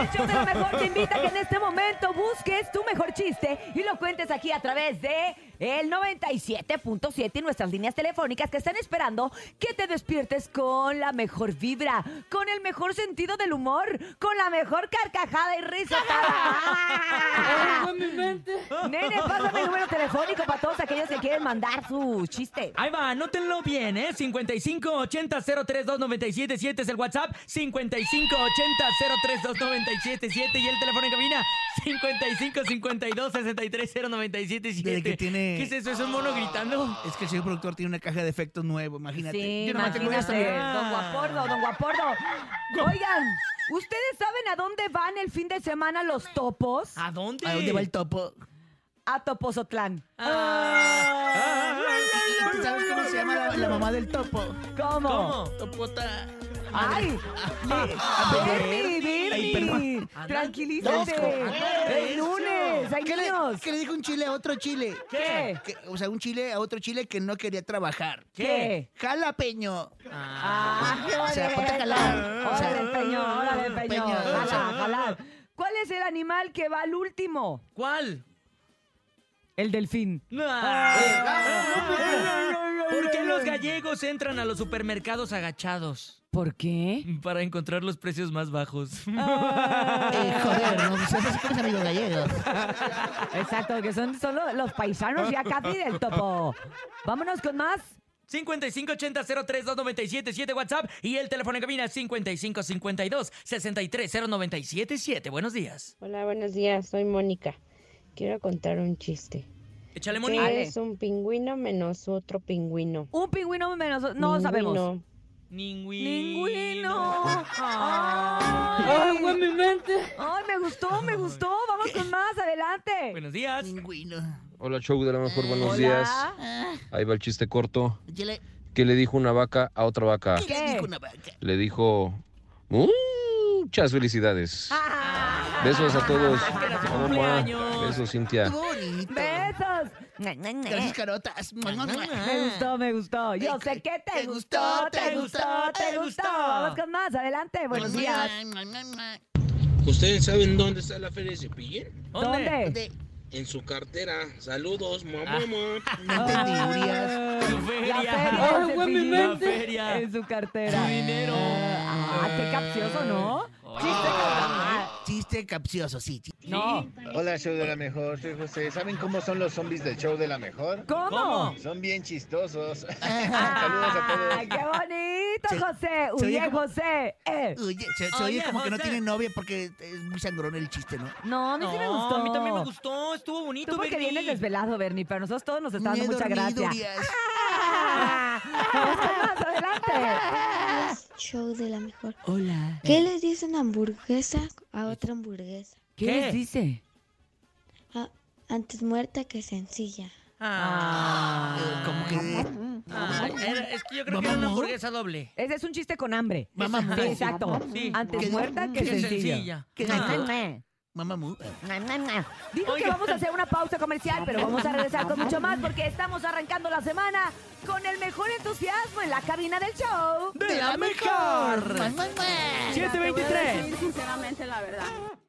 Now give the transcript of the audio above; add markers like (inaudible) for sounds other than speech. El show de la mejor te invita a que en este momento busques tu mejor chiste y lo cuentes aquí a través de el 97.7 y nuestras líneas telefónicas que están esperando que te despiertes con la mejor vibra, con el mejor sentido del humor, con la mejor carcajada (laughs) y risa. mi mente. Nene, pásame el número telefónico para todos aquellos que quieren mandar su chiste. Ahí va, anótenlo bien, ¿eh? 5580-032977 es el WhatsApp, 5580-032977 y el teléfono en cabina, 5552-630977. Desde que tiene- ¿Qué es eso? ¿Es un mono gritando? Es que el señor productor tiene una caja de efectos nuevo, imagínate. Sí, Yo nomás tengo esto. imagínate, don Guapordo, don Guapordo. Oigan, ¿ustedes saben a dónde van el fin de semana los topos? ¿A dónde? ¿A dónde va el topo? A Topozotlán. Ah, ¿Tú sabes cómo se llama la, la mamá del topo? ¿Cómo? ¿Cómo? Topota. ¡Ay! Bernie, Ah, Ay, Bernie, perdón. tranquilízate. Ándale, Es lunes, hay ¿Qué le, niños. qué le dijo un chile a otro chile? ¿Qué? Que- o sea, un chile a otro chile que no quería trabajar. ¿Qué? Jalapeño. Ah, qué O sea, bonito. ponte a jalar. O sea, Órale, peño, órale, peño. peño, o sea. Jalar, jalar. ¿Cuál es el animal que va al último? ¿Cuál? El delfín. Ah. ¿Por qué los gallegos entran a los supermercados agachados? ¿Por qué? Para encontrar los precios más bajos. Eh, joder, no sé cómo se llaman los gallegos. Exacto, que son, son lo- los paisanos ya casi del topo. Vámonos con más. 5580-032977 WhatsApp y el teléfono en cabina 5552-630977. Buenos días. Hola, buenos días, soy Mónica. Quiero contar un chiste. Échale, ¿Qué Moni. Ale. es un pingüino menos otro pingüino? Un pingüino menos. No Ningüino. sabemos. Ningüino. Pingüino. Ay. Agua en mi mente. Ay, me gustó, me gustó. Vamos con más, adelante. Buenos días. Pingüino. Hola, show de la mejor, buenos Hola. días. Ahí va el chiste corto. Chile, ¿Qué le dijo una vaca a otra vaca? ¿qué le dijo una vaca? Le dijo, muchas felicidades. Ah. Besos a todos. era su Mua, mua. cumpleaños. Besos, Cintia. Qué bonito. Besos. Gracias, carotas. Mua, mua, mua. Me gustó, me gustó. Yo sé que te Te gustó, te gustó, te gustó. Vamos con más, adelante. Buenos días. Mua, mua, mua. ¿Ustedes saben dónde está la feria de Cepillín? ¿Dónde? ¿Dónde? De- En su cartera. Saludos, mamá. No entendí, Urias. Su La feria. feria. Ay, güey, mi Cepillín. La mente. feria. En su cartera. Su dinero. Ah, qué capcioso, ¿no? Chiste capaz. Chiste capcioso, sí. sí. No. Hola, show de la mejor, soy José. ¿Saben cómo son los zombies del show de la mejor? ¿Cómo? ¿Cómo? Son bien chistosos. Saludos a todos. Ay, qué bonito, Se- José. se oye Uye, como- José. Eh. Oye, se, se Oye, oye como que no José. tiene novia porque es muy sangrón el chiste, ¿no? No, a mí sí me No, gustó. A mí también me gustó. Estuvo bonito, Tú porque Bernie. vienes desvelado, Bernie, pero a nosotros todos nos está Ni dando he mucha dormido, gracia. Urias. Ah, vamos con más, adelante. Show de la mejor. Hola. ¿Qué les dice una hamburguesa a otra hamburguesa? ¿Qué, ¿Qué? les dice? Ah, antes muerta que sencilla. Eh, Ah. Como que. Ah, era- es que yo creo que era una hamburguesa doble. Ese es un chiste con hambre. Mamá Sí, mu. exacto. Sí. Antes Qué- muerta que Qué sencilla. sencilla. ¿Qué Ah. dijo? Mamá mu. Digo que Oiga. vamos a hacer una pausa comercial, pero vamos a regresar con mucho más porque estamos arrancando la semana con el mejor entusiasmo en la cabina del show. de la mejor. Mua, mua, mua. 723. sinceramente la verdad.